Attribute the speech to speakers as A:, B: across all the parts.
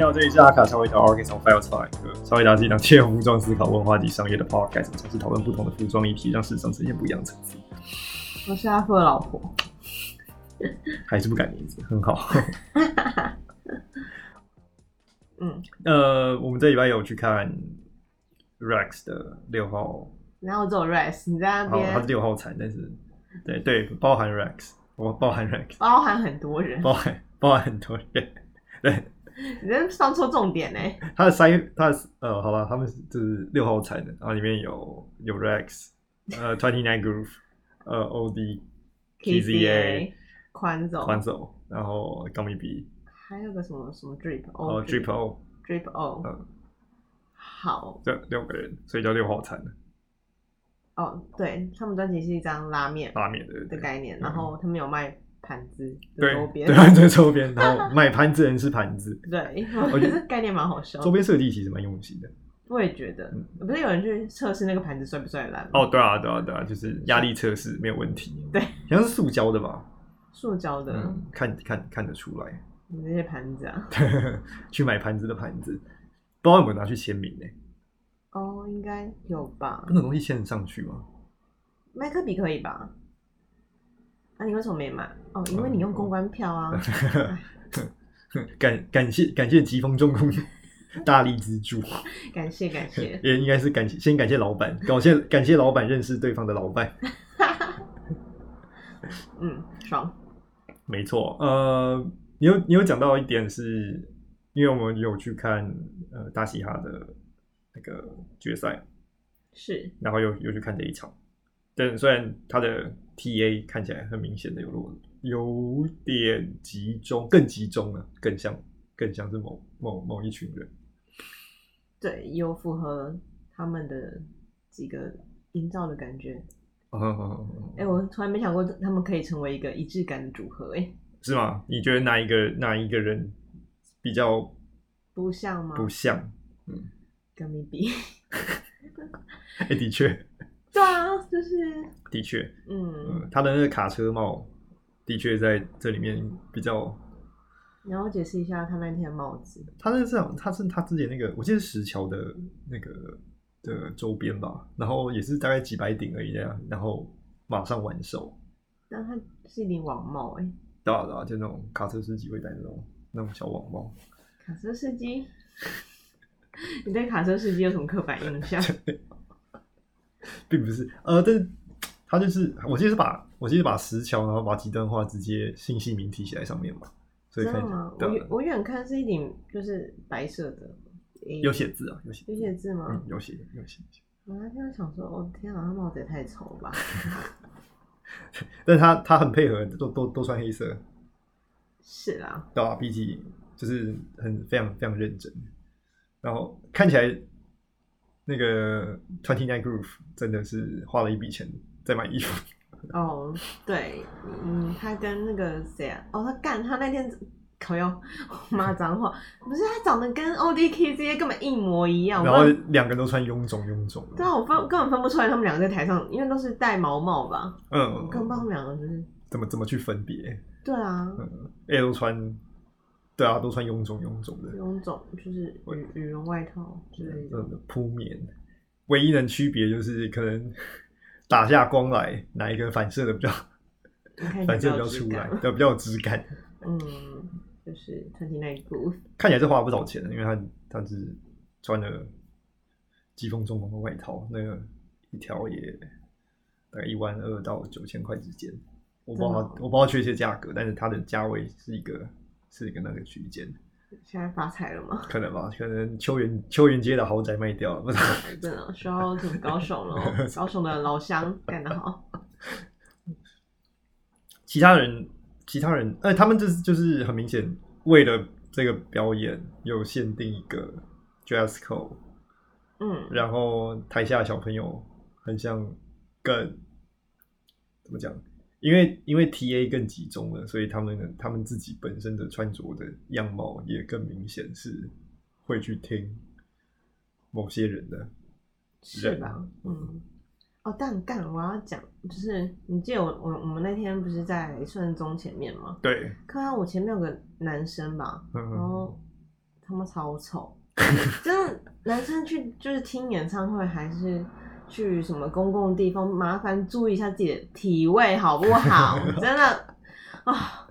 A: 到这一是阿卡超微调 o r c h e s t r File 超一个超维达是一档借由服装思考文化及商业的 podcast，尝试讨论不同的服装议题，让市场呈现不一样的层次。
B: 我是阿富的老婆，
A: 还是不改名字，很好。
B: 嗯，
A: 呃，我们这礼拜有去看 Rex 的六号，
B: 然后我走 Rex，你在那
A: 好，它
B: 边
A: 是六号餐，但是对对，包含 Rex，我包含 Rex，
B: 包含很多人，
A: 包含包含很多人。对，
B: 你在上错重点呢、
A: 它的三，它的呃，好吧，他们是就是六号餐的，然后里面有有 Rex，呃，Twenty Nine Groove，呃，OD，KZA
B: 宽走，
A: 宽手，然后 Gummy B，
B: 还有个什么什么 Drip
A: 然后
B: O
A: 哦 Drip O，
B: Drip O，
A: 嗯
B: 好
A: 这六个人，所以叫六号餐的
B: 哦，对他们专辑是一张拉面
A: 拉面的
B: 的
A: 对
B: 概念，
A: 嗯
B: 然后他们有卖盘子的
A: 对
B: 周
A: 啊
B: 边，
A: 对，这周边，然 后买盘子人是盘子，
B: 对，
A: 我
B: 我
A: 觉
B: 觉
A: 得
B: 得这概念蛮好笑的
A: 周。边设计其实蛮用心的。
B: 我也觉得
A: 嗯，
B: 不是有人去测试那个盘子摔不摔得烂吗？
A: 哦，，对啊，对啊，对啊，就是压力测试没有问题。
B: 对，
A: 好像是塑胶的吧？
B: 塑胶的
A: 嗯，看看看得出来。
B: 你们这些盘子啊，
A: 去买盘子的盘子，不知道有没有拿去签名呢、
B: 哦，应该有吧
A: 那？种东西签得上去吗？
B: 麦克笔可以吧？那、你为什么没买？哦，因为你用公关票啊。
A: 嗯感感谢感谢疾风重工大力资助，
B: 感谢感谢，
A: 也应该是感谢先感谢老板，感谢感谢老板认识对方的老板。
B: 嗯，爽。
A: 没错，呃，你有你有讲到一点是，因为我们有去看呃大嘻哈的那个决赛，
B: 是
A: 然后又又去看这一场。但虽然他的 TA 看起来很明显的有落，有点集中，更集中了，更像更像是某某某一群人。
B: 对，有符合他们的几个营造的感觉。哎、我从来没想过他们可以成为一个一致感的组合、哎，
A: 是吗？你觉得哪一个哪一个人比较
B: 不像吗？
A: 不像？
B: 跟米比。
A: 哎、的确，
B: 对啊，就是
A: 的确，
B: 嗯，
A: 嗯，他的那个卡车帽的确在这里面比较，
B: 然后解释一下他那天的帽子。
A: 他那是他是他之前那个，我记得是石桥的那个的周边吧，然后也是大概几百顶而已那样，然后马上完售，
B: 但它是一顶网帽哎、
A: 对啊对啊，就那种卡车司机会戴那种那种小网帽，
B: 卡车司机， 你对卡车司机有什么刻板印象？
A: 并不是呃，但是他就是我记得是把我记得把石桥然后把极端化直接信息名体写在上面嘛，所以
B: 真
A: 看
B: 的
A: 起来
B: 吗？我
A: 对
B: 远
A: 啊，
B: 我远看是一顶就是白色的，诶
A: 有写字啊，有写
B: 有写字吗？
A: 嗯有写有写，
B: 我那天就想说，哦天啊，他帽子也太丑了吧！
A: 但他他很配合，都都都穿黑色。
B: 是啦，
A: 对啊，毕竟就是很非常非常认真，然后看起来那个 Twenty Nine Groove 真的是花了一笔钱在买衣服，
B: 哦对，嗯，他跟那个谁啊，哦他干他那天。口哟，我骂脏话，不是他长得跟 O D K 这些根本一模一样，
A: 然
B: 哎我
A: 后
B: 不知道
A: 两个人都穿臃肿臃肿
B: 对
A: 的，
B: 啊，我分根本分不出来他们两个在台上，因为都是戴毛帽吧，我
A: 嗯
B: 根本不知道他们两个就是。
A: 怎么怎么去分别？
B: 对啊，
A: 哎，都穿，对啊，都穿臃肿臃肿的，
B: 有一种就是羽羽绒外套之类的。
A: 嗯，铺棉，唯一能区别就是可能打下光来哪一个反射的比较
B: 哎你看
A: 反
B: 起
A: 射比较
B: 来比较有质
A: 出来
B: 感，
A: 对，比较有质感。
B: 嗯，就是穿起内裤。
A: 看起来是花不少钱的，因为他他是穿了疾风中风的外套，那个一条也大概一万二到九千块之间。我不知道
B: 真的哦
A: 他我不知道确切价格，但是它的价位是一个是一个那个区间，
B: 现在发财了吗？
A: 可能吧，可能秋园秋园街的豪宅卖掉了，不知道。
B: 真的需要什么高手了哦？高手的老乡干得好。
A: 其他人其他人，哎、他们就是就是很明显为了这个表演有限定一个 dress code，
B: 嗯，
A: 然后台下的小朋友很像更怎么讲？因为因为 T A 更集中了，所以他们他们自己本身的穿着的样貌也更明显是会去听某些人的。
B: 是吧？嗯。哦，但干，我要讲，就是你记得我我我们那天不是在顺宗前面吗？
A: 对，
B: 看到我前面有个男生吧，然
A: 嗯，
B: 后他妈超丑， 真的男生去就是听演唱会还是去什么公共地方，麻烦注意一下自己的体味好不好？真的啊、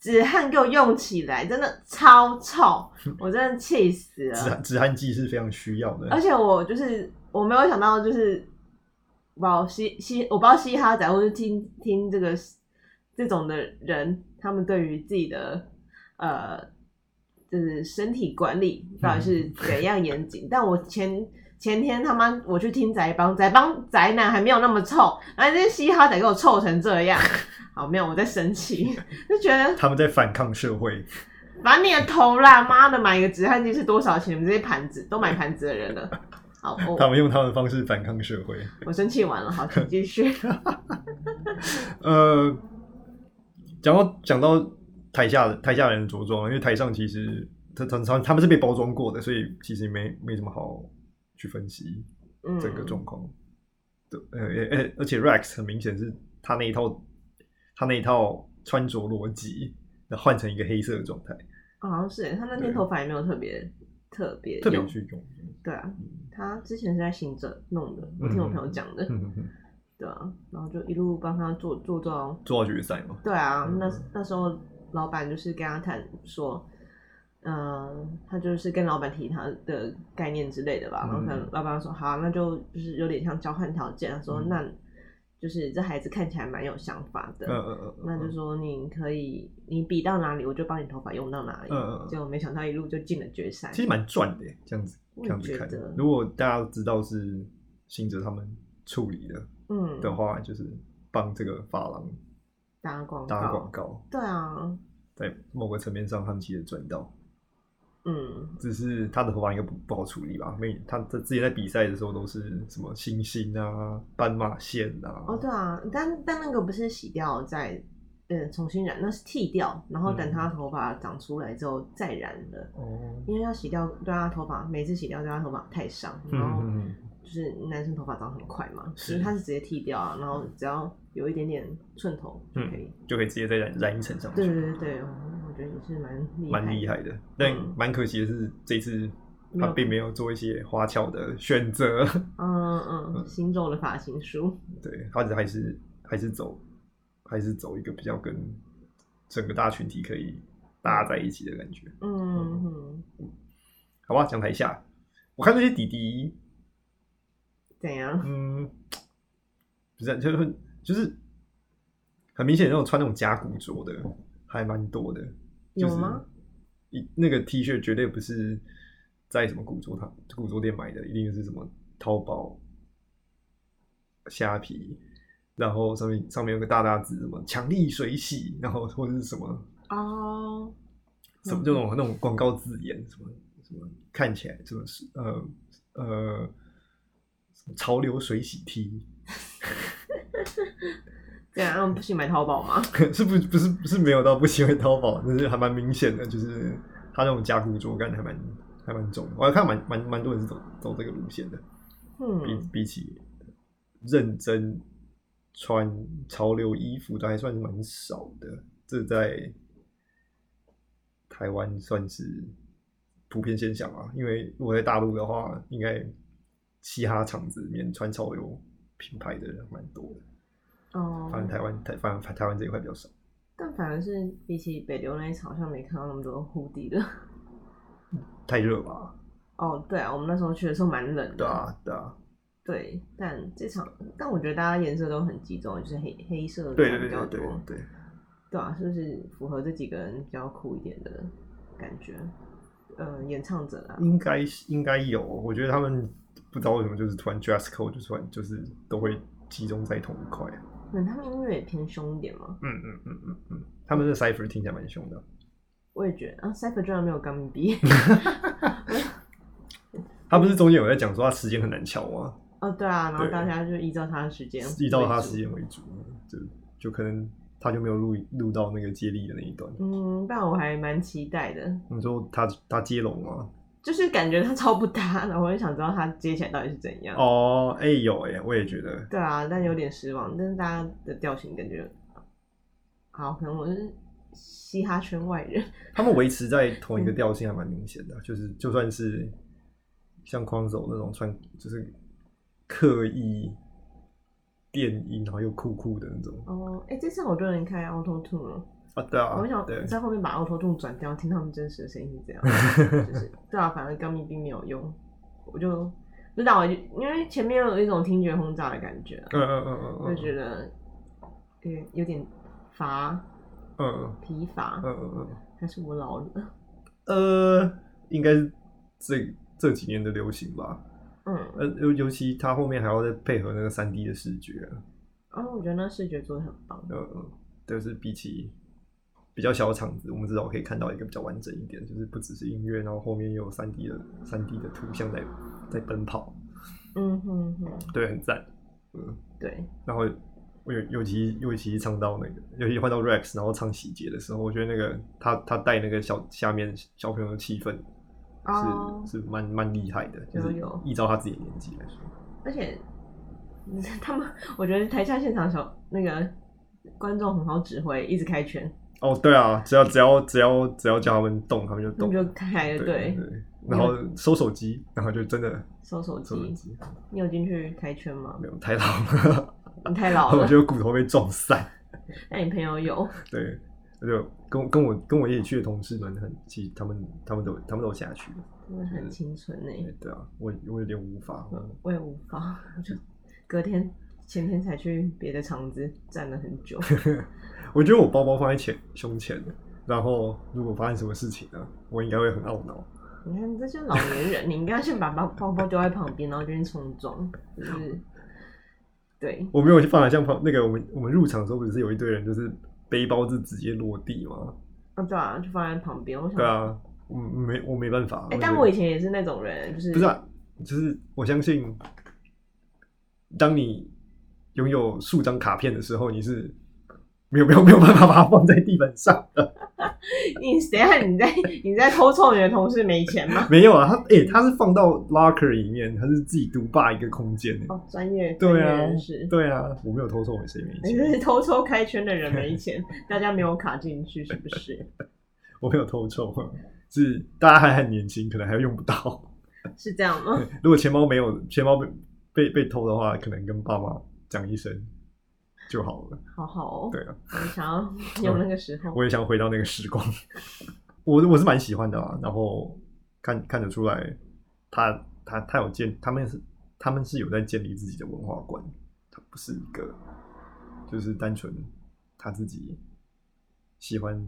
B: 止汗给我用起来，真的超臭，我真的气死了。
A: 止汗止汗剂是非常需要的
B: 而。且我就是我没有想到，就是哇，嘻嘻，我不知道嘻哈仔或是听听这个这种的人，他们对于自己的呃，就是身体管理到底是怎样严谨？但我前前天他妈我去听宅帮，宅帮宅男还没有那么臭，然后这些嘻哈仔给我臭成这样。好，没有，我在生气， 就觉得
A: 他们在反抗社会，
B: 把你的头啦！妈的，买一个止汗剂是多少钱？你们这些盘子都买盘子的人了。好， 我、
A: 他们用他们的方式反抗社会。
B: 我生气完了，好，请 继续。
A: 呃，讲到讲到台下台下人的着装，因为台上其实他他他他们是被包装过的，所以其实没没什么好去分析
B: 嗯，
A: 整个状况。对，呃呃呃，而且 Rex 很明显是他那一套他那一套穿着逻辑，那换成一个黑色的状态，
B: 哦好像是耶欸他那天
A: 对
B: 头发也没有特别特别
A: 特别
B: 用
A: 去用。
B: 对啊，他之前是在行者弄的，我听我朋友讲的，
A: 嗯嗯嗯
B: 对啊，然后就一路帮他做做这种，
A: 做到决赛嘛，
B: 对啊，
A: 嗯
B: 那那时候老板就是跟他谈说，嗯、他就是跟老板提他的概念之类的吧，
A: 嗯
B: 然后可能老板说好啊，那就就是有点像交换条件，说、
A: 嗯
B: 那就是这孩子看起来蛮有想法的，
A: 嗯嗯嗯，
B: 那就说你可以你比到哪里，我就帮你头发用到哪里，
A: 嗯嗯嗯
B: 结果没想到一路就进了决赛，
A: 其实蛮赚的耶，这样子
B: 我
A: 这
B: 也
A: 样子看
B: 觉得。
A: 如果大家知道是新哲他们处理的
B: 嗯，
A: 的话，就是帮这个发廊
B: 打广
A: 打
B: 告
A: 广。告，
B: 对啊，
A: 在某个层面上，他们其实赚到。
B: 嗯，
A: 只是他的头发应该不不好处理吧？因为他他之前在比赛的时候都是什么星星啊、斑马线啊，
B: 哦对啊，但但那个不是洗掉再呃重新染，那是剃掉，然后等
A: 嗯
B: 他头发长出来之后再染的。
A: 哦，
B: 因为要洗掉对啊他头发，每次洗掉对他头发太伤，
A: 嗯
B: 然后
A: 嗯嗯
B: 就是男生头发长很快嘛，
A: 是
B: 其实他是直接剃掉啊，然后只要有一点点寸头就
A: 嗯
B: 可以。
A: 就可以直接再染染一层上
B: 对
A: 去，
B: 对对对，我觉得也是蛮厉害
A: 蛮
B: 的，
A: 厉害的。但蛮可惜的是，这次
B: 没
A: 他
B: 有
A: 并没有做一些花俏的选择。
B: 嗯嗯，行走的发型书，
A: 对，他还是还是走，还是走一个比较跟整个大群体可以搭在一起的感觉，
B: 嗯嗯，
A: 好吧？讲台下，我看那些弟弟，
B: 怎样？
A: 嗯，不是啊就是就是很明显那种穿那种夹骨着的还蛮多的，就
B: 有
A: 是
B: 吗？
A: 一那个 T 恤绝对不是在什么古着堂、古着店买的，一定是什么淘宝、虾皮，然后上面上面有个大大字什么“强力水洗”，然后或者是什么
B: 哦，
A: 什么
B: 嗯
A: 这种那种广告字眼，什么什么看起来什么是呃呃什么潮流水洗 T，
B: 这样不行买淘 宝吗？
A: 是不不是不是没有到不喜欢淘宝，但是还蛮明显的，就是它那种加固着感还蛮还蛮重的。我还看蛮蛮蛮多人是走走这个路线的，比
B: 嗯，
A: 比起认真穿潮流衣服的还算是蛮少的，这在台湾算是普遍现象啊。因为如果在大陆的话，应该嘻哈场子里面穿潮流品牌的人蛮多的，
B: 哦，
A: 反正台湾台反正台湾这一块比较少。
B: 但反而是比起北流那一场，好像没看到那么多湖底的。
A: 太热吧？
B: 哦，对啊，我们那时候去的时候蛮冷的。
A: 对啊，对啊，
B: 对，但这场，但我觉得大家颜色都很集中，就是黑黑色的
A: 对对
B: 比
A: 对
B: 较
A: 对
B: 多。
A: 对对，
B: 对啊，是不是符合这几个人比较酷一点的感觉？呃，演唱者啊，
A: 应该是应该有。我觉得他们不知道为什么就是突然 dress code 就突然就是都会集中在同一块。啊
B: 嗯，他们音乐也偏凶一点嘛。
A: 嗯嗯嗯嗯嗯，他们的 cipher 听起来蛮凶的。
B: 我也觉得啊，Cypher 居然没有钢笔 笔。
A: 他不是中间有在讲说他时间很难敲吗？
B: 哦，对啊，然后
A: 对
B: 大家就依照他的时间，
A: 依照他时。间为主，就就可能他就没有录录到那个接力的那一段。
B: 嗯，但我还蛮期待的，
A: 你说他他接龙吗？
B: 就是感觉他超不搭，然后我就想知道他接起来到底是怎样。
A: 哦，哎、有哎、我也觉得
B: 对啊，但有点失望。但是大家的调性感觉好，可能我是嘻哈圈外人。
A: 他们维持在同一个调性还蛮明显的，就是就算是像匡走那种穿就是刻意电音，然后又酷酷的那种
B: 哦，哎，这次好多人开 Auto Tune 了，
A: 啊，对啊，
B: 我想
A: 对
B: 在后面把 Auto Tune 转掉，听他们真实的声音是 这样。就是对啊，反正 Gummy 并没有用，我就不知道，我就因为前面有一种听觉轰炸的感觉啊，
A: 嗯嗯嗯嗯
B: 就
A: 嗯
B: 觉得有有点乏
A: 嗯
B: 疲乏
A: 嗯，嗯嗯。
B: 还是我老了，
A: 呃，应该是这这几年的流行吧。
B: 嗯。
A: 呃，尤尤其它后面还要再配合那个三 D 的视觉，
B: 然哦后我觉得那视觉做的很棒，
A: 呃，就是比起比较小的场子，我们至少可以看到一个比较完整一点，就是不只是音乐，然后后面又有三 D 的三 D 的图像在在奔跑，
B: 嗯哼哼，
A: 对，很赞。嗯，
B: 对，
A: 然后尤尤其尤其唱到那个，尤其换到 Rex，然后唱喜节的时候，我觉得那个他他带那个小下面小朋友的气氛
B: 哦
A: 是是蛮蛮厉害的，就是
B: 有有
A: 依照他自己的年纪来说，
B: 而且嗯他们，我觉得台下现场小那个观众很好指挥，一直开拳，
A: 哦，对啊，只要只要只要只要叫他们动，他们就
B: 他
A: 动，
B: 们就开了，
A: 对
B: 对，
A: 对，然后收手机，然后就真的
B: 收手机
A: 收。手机，
B: 你有进去开圈吗？
A: 没有太老 了，
B: 你太老
A: 我
B: 嗯了
A: 觉，得骨头被撞散，
B: 那你朋友有？
A: 对，我就跟我跟我跟我一起去的同事们很，其实他们他们都他们都有下去，
B: 真的很清纯呢、嗯
A: 对对啊，我我有点无法，
B: 我我也无法，我就隔天前天才去别的场子站了很 久。
A: 我觉得我包包放在前胸前，然后如果发生什么事情呢，我应该会很懊恼。
B: 你看，这就是老年人，你应该先把包包包丢在旁边，然后就去冲撞，就是对，
A: 我没有放得像旁那个我们我们入场的时候不是有一堆人就是背包是直接落地吗？
B: 啊对啊，就放在旁边。我想，
A: 对啊，我没我没办法。
B: 嗯
A: 觉
B: 哎、
A: 得
B: 但我以前也是那种人，就是
A: 不是、啊，就是我相信，当你拥有数张卡片的时候，你是没有没有没有办法把它放在地板上。
B: 你等一下你在你在偷凑你的同事没钱 吗？
A: 没有啊，它哎、它是放到 locker 里面，它是自己独霸一个空间、欸。
B: 哦，专业专业
A: 对啊
B: 人士，，
A: 对啊，我没有偷偷我谁没
B: 哎你
A: 钱，
B: 是偷抽开圈的人没钱，大家没有卡进去是不是？
A: 我没有偷抽， 是大家还很年轻，可能还用不到。
B: 是这样吗？
A: 如果钱包没有，钱包被被被偷的话，可能跟爸妈讲一声就好了。
B: 好好哦，
A: 对啊，
B: 我想要有那个时候，
A: 我也想回到那个时光。 我我是蛮喜欢的啊啦，然后看看得出来，他他他有建，他们是他们是有在建立自己的文化观，他不是一个就是单纯他自己喜欢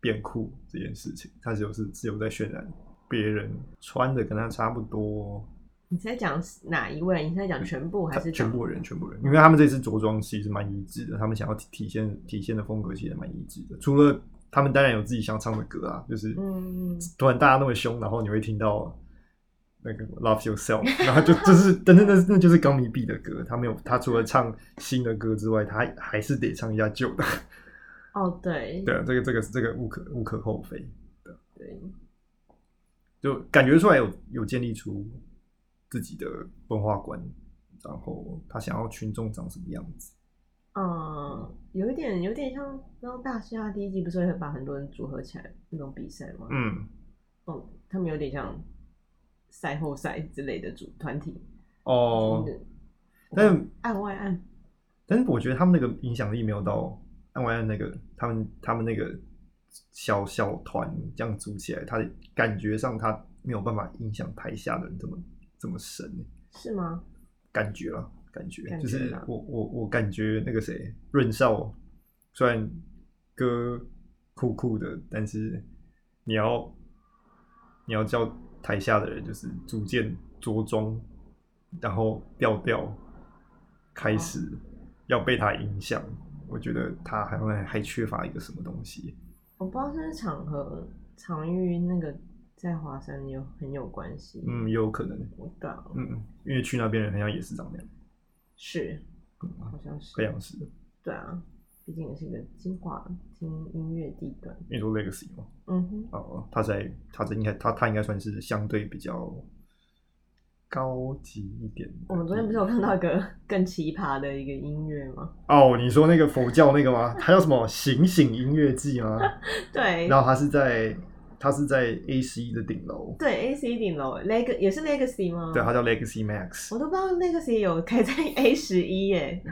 A: 变酷这件事情，他只有是只有在渲染别人穿的跟他差不多，
B: 你在讲哪一位？你在讲全部还
A: 他
B: 是
A: 嗯全
B: 讲
A: 部人，全部人，因为他们这次着装其实蛮一致的，他们想要体体现体现的风格其实蛮一致的。除了他们当然有自己想唱的歌啊，就是
B: 嗯
A: 突然大家那么凶，然后你会听到那个 Love Yourself，然后 就就是，但是那那就是刚迷币的歌，他没有他除了唱新的歌之外，他还还是得唱一下旧的。
B: 哦，对
A: 对啊，这个这个这个无可无可厚非，
B: 对，
A: 就感觉出来有有建立出自己的文化观，然后他想要群众长什么样子。
B: 嗯，有一点有点像，然后大虾第一季不是会把很多人组合起来那种比赛吗？
A: 嗯。
B: 哦，他们有点像赛后赛之类的组团体
A: 哦，
B: 嗯
A: 但
B: 案外案，
A: 但是我觉得他们那个影响力没有到按完那个他们他们那个小小团这样组起来，他感觉上他没有办法影响台下的人这么这么深，欸
B: 是吗？
A: 感觉啦，感觉
B: 感觉啦
A: 就是我我我感觉那个谁润少虽然歌酷酷的，但是你要你要叫台下的人就是逐渐着装，然后调调开始
B: 哦
A: 要被他影响，我觉得他好像还缺乏一个什么东西。
B: 我不知道是不是场合场域那个在华山有很有关系。
A: 嗯，也有可能，
B: 我对啊，
A: 嗯，因为去那边人好像也是长那样，
B: 是
A: 嗯，
B: 好像
A: 好
B: 是，
A: 像是，
B: 对啊，毕竟也是一个精华听音乐地段。
A: 因为说 legacy 嘛。
B: 嗯哼，
A: 呃哦，他在他在应该他他应该算是相对比较高级一点的。
B: 我们昨天不是有看到一个 更奇葩的一个音乐吗？
A: 哦，你说那个佛教那个吗？它叫什么醒醒音乐季吗？
B: 对，
A: 然后它是在它是在 A 十一的顶楼，
B: 对 AC 顶楼 Leg 也是 Legacy 吗？
A: 对，它啊叫 Legacy Max，
B: 我都不知道 Legacy 有开在 A 十一耶。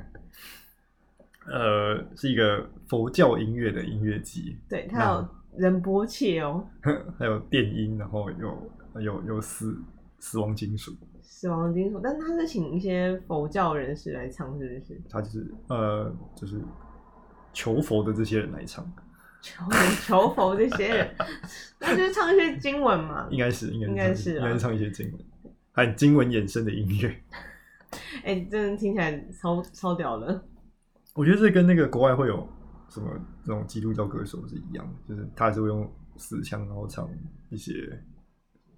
A: 呃，是一个佛教音乐的音乐季，
B: 对，它有仁波切哦，
A: 还有电音，然后有有有死死亡金属，
B: 死亡金属，但它是请一些佛教人士来唱，是不是？
A: 它就是呃就是求佛的这些人来唱，
B: 求求佛这些人，那就是唱一些经 文嘛。
A: 应该是应该
B: 应该
A: 是
B: 是
A: 唱
B: 啊
A: 应该是唱一些经文，还有经文衍生的音乐。
B: 哎、真的听起来超超屌的。
A: 我觉得这跟那个国外会有什么这种基督教歌手是一样的，就是他还是会用死腔，然后唱一些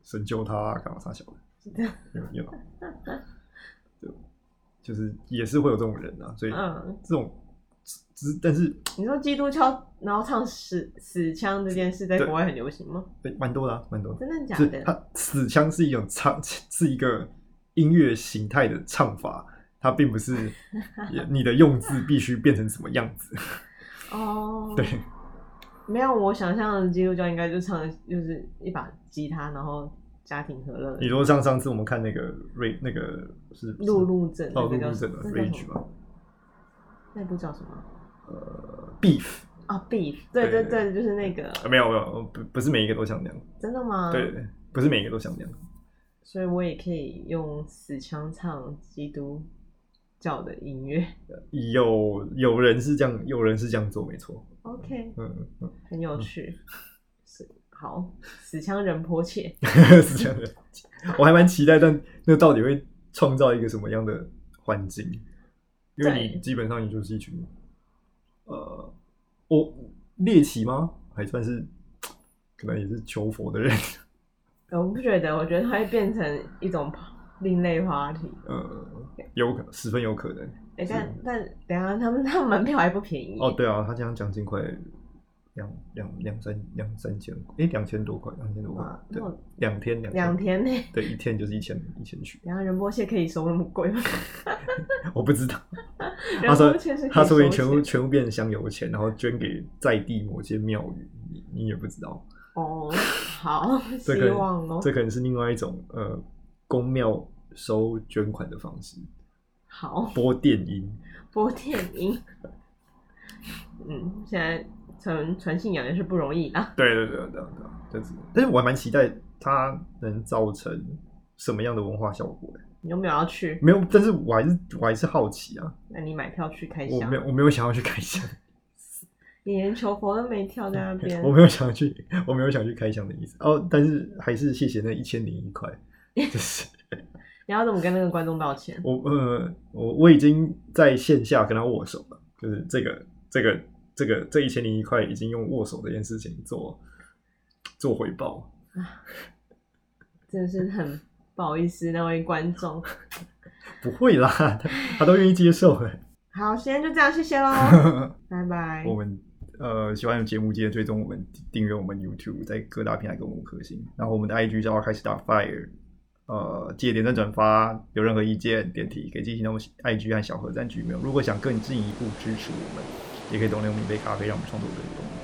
A: 神救他啊，干嘛啥小的，有有吗？就就是也是会有这种人啊，所以
B: 嗯，
A: 这种只只但是
B: 你说基督教然后唱死死腔这件事在
A: 对
B: 国外很流行吗？
A: 对蛮多的、啊，蛮多的。
B: 真的假
A: 是
B: 的？
A: 他死腔是一种唱，是一个音乐形态的唱法，它并不 是也你的用字必须变成什么样子。
B: 哦，
A: 对，
B: 没有我想象的基督教应该就唱的就是一把吉他，然后家庭和乐，
A: 你说像上次我们看那个瑞那个是
B: 路路症，
A: 哦，
B: 那
A: 路
B: 个叫
A: 路
B: 什
A: 症
B: 么
A: 的？
B: 那叫
A: Rage
B: 什么
A: 嘛
B: 那部叫什么？
A: 呃，Beef
B: 啊，beef，对对
A: 对
B: 对，就是那个，
A: 啊没有没有不不是每一个都像那样，
B: 真的吗？
A: 对，对，不是每一个都像那样，
B: 所以我也可以用死腔唱基督教的音乐。
A: 嗯有有人是这样，有人是这样做，没错，
B: OK，
A: 嗯，嗯
B: 很有趣。是好，死腔人迫切。
A: 嗯 是这样的，我还蛮期待，但那到底会创造一个什么样的环境？因为
B: 对
A: 你基本上你就是一群，呃，我猎奇吗？还算是，可能也是求佛的人，
B: 我不觉得，我觉得它会变成一种另类话题。
A: 呃，有可十分有可能。
B: 哎、
A: 是
B: 但但等一下他们他们门票还不便宜
A: 哦，对啊，他这样奖金快两两两三两三千，哎，两千多块，两千多块
B: 哇，
A: 对
B: 那我，
A: 两天两
B: 两
A: 天，
B: 天呢。
A: 对，一天就是一千一千去，
B: 然后仁波切可以收那么 贵吗？
A: 我不知道，
B: 仁
A: 说
B: 波切是可以
A: 他说不定
B: 收
A: 全部
B: 钱
A: 全部变成香油钱，然后捐给在地某些庙宇，你你也不知道，
B: 哦，好，
A: 这
B: 希
A: 可
B: 望哦
A: 能。这可能是另外一种呃公庙收捐款的方式，
B: 好，
A: 播电音，
B: 播电影。嗯，现在传传信仰也是不容易啦。
A: 对对对对对对，就是，但是我还蛮期待它能造成什么样的文化效果的。
B: 你有没有要去？
A: 没有，但是我还是我还是好奇啊，
B: 那你买票去开
A: 我
B: 箱
A: 没。有我没有想要去开箱，，
B: 你连求佛都没跳在那边
A: 我没有想要去，我没有想去开箱的意思。哦，但是还是谢谢那一千零一 块，就是
B: 你要怎么跟那个观众道歉？
A: 我呃我我已经在线下跟他握手了，就是这个这个这个这一千零一块已经用握手这件事情做做回报。
B: 真的是很不好意思，那位观众。
A: 不会啦，他他都愿意接受了。
B: 好，今天就这样，谢谢喽，拜拜。
A: 我们呃喜欢的节目，记得追踪我们订阅我们 YouTube，在各大平台给我们五颗星。然后我们的 IG 叫开始打 Fire，呃，记得点赞转发，有任何意见点题可以进行到我们 IG 和小盒站 Gmail。如果想更进一步支持我们，也可以懂点我们一杯咖啡，让我们创作更多动力。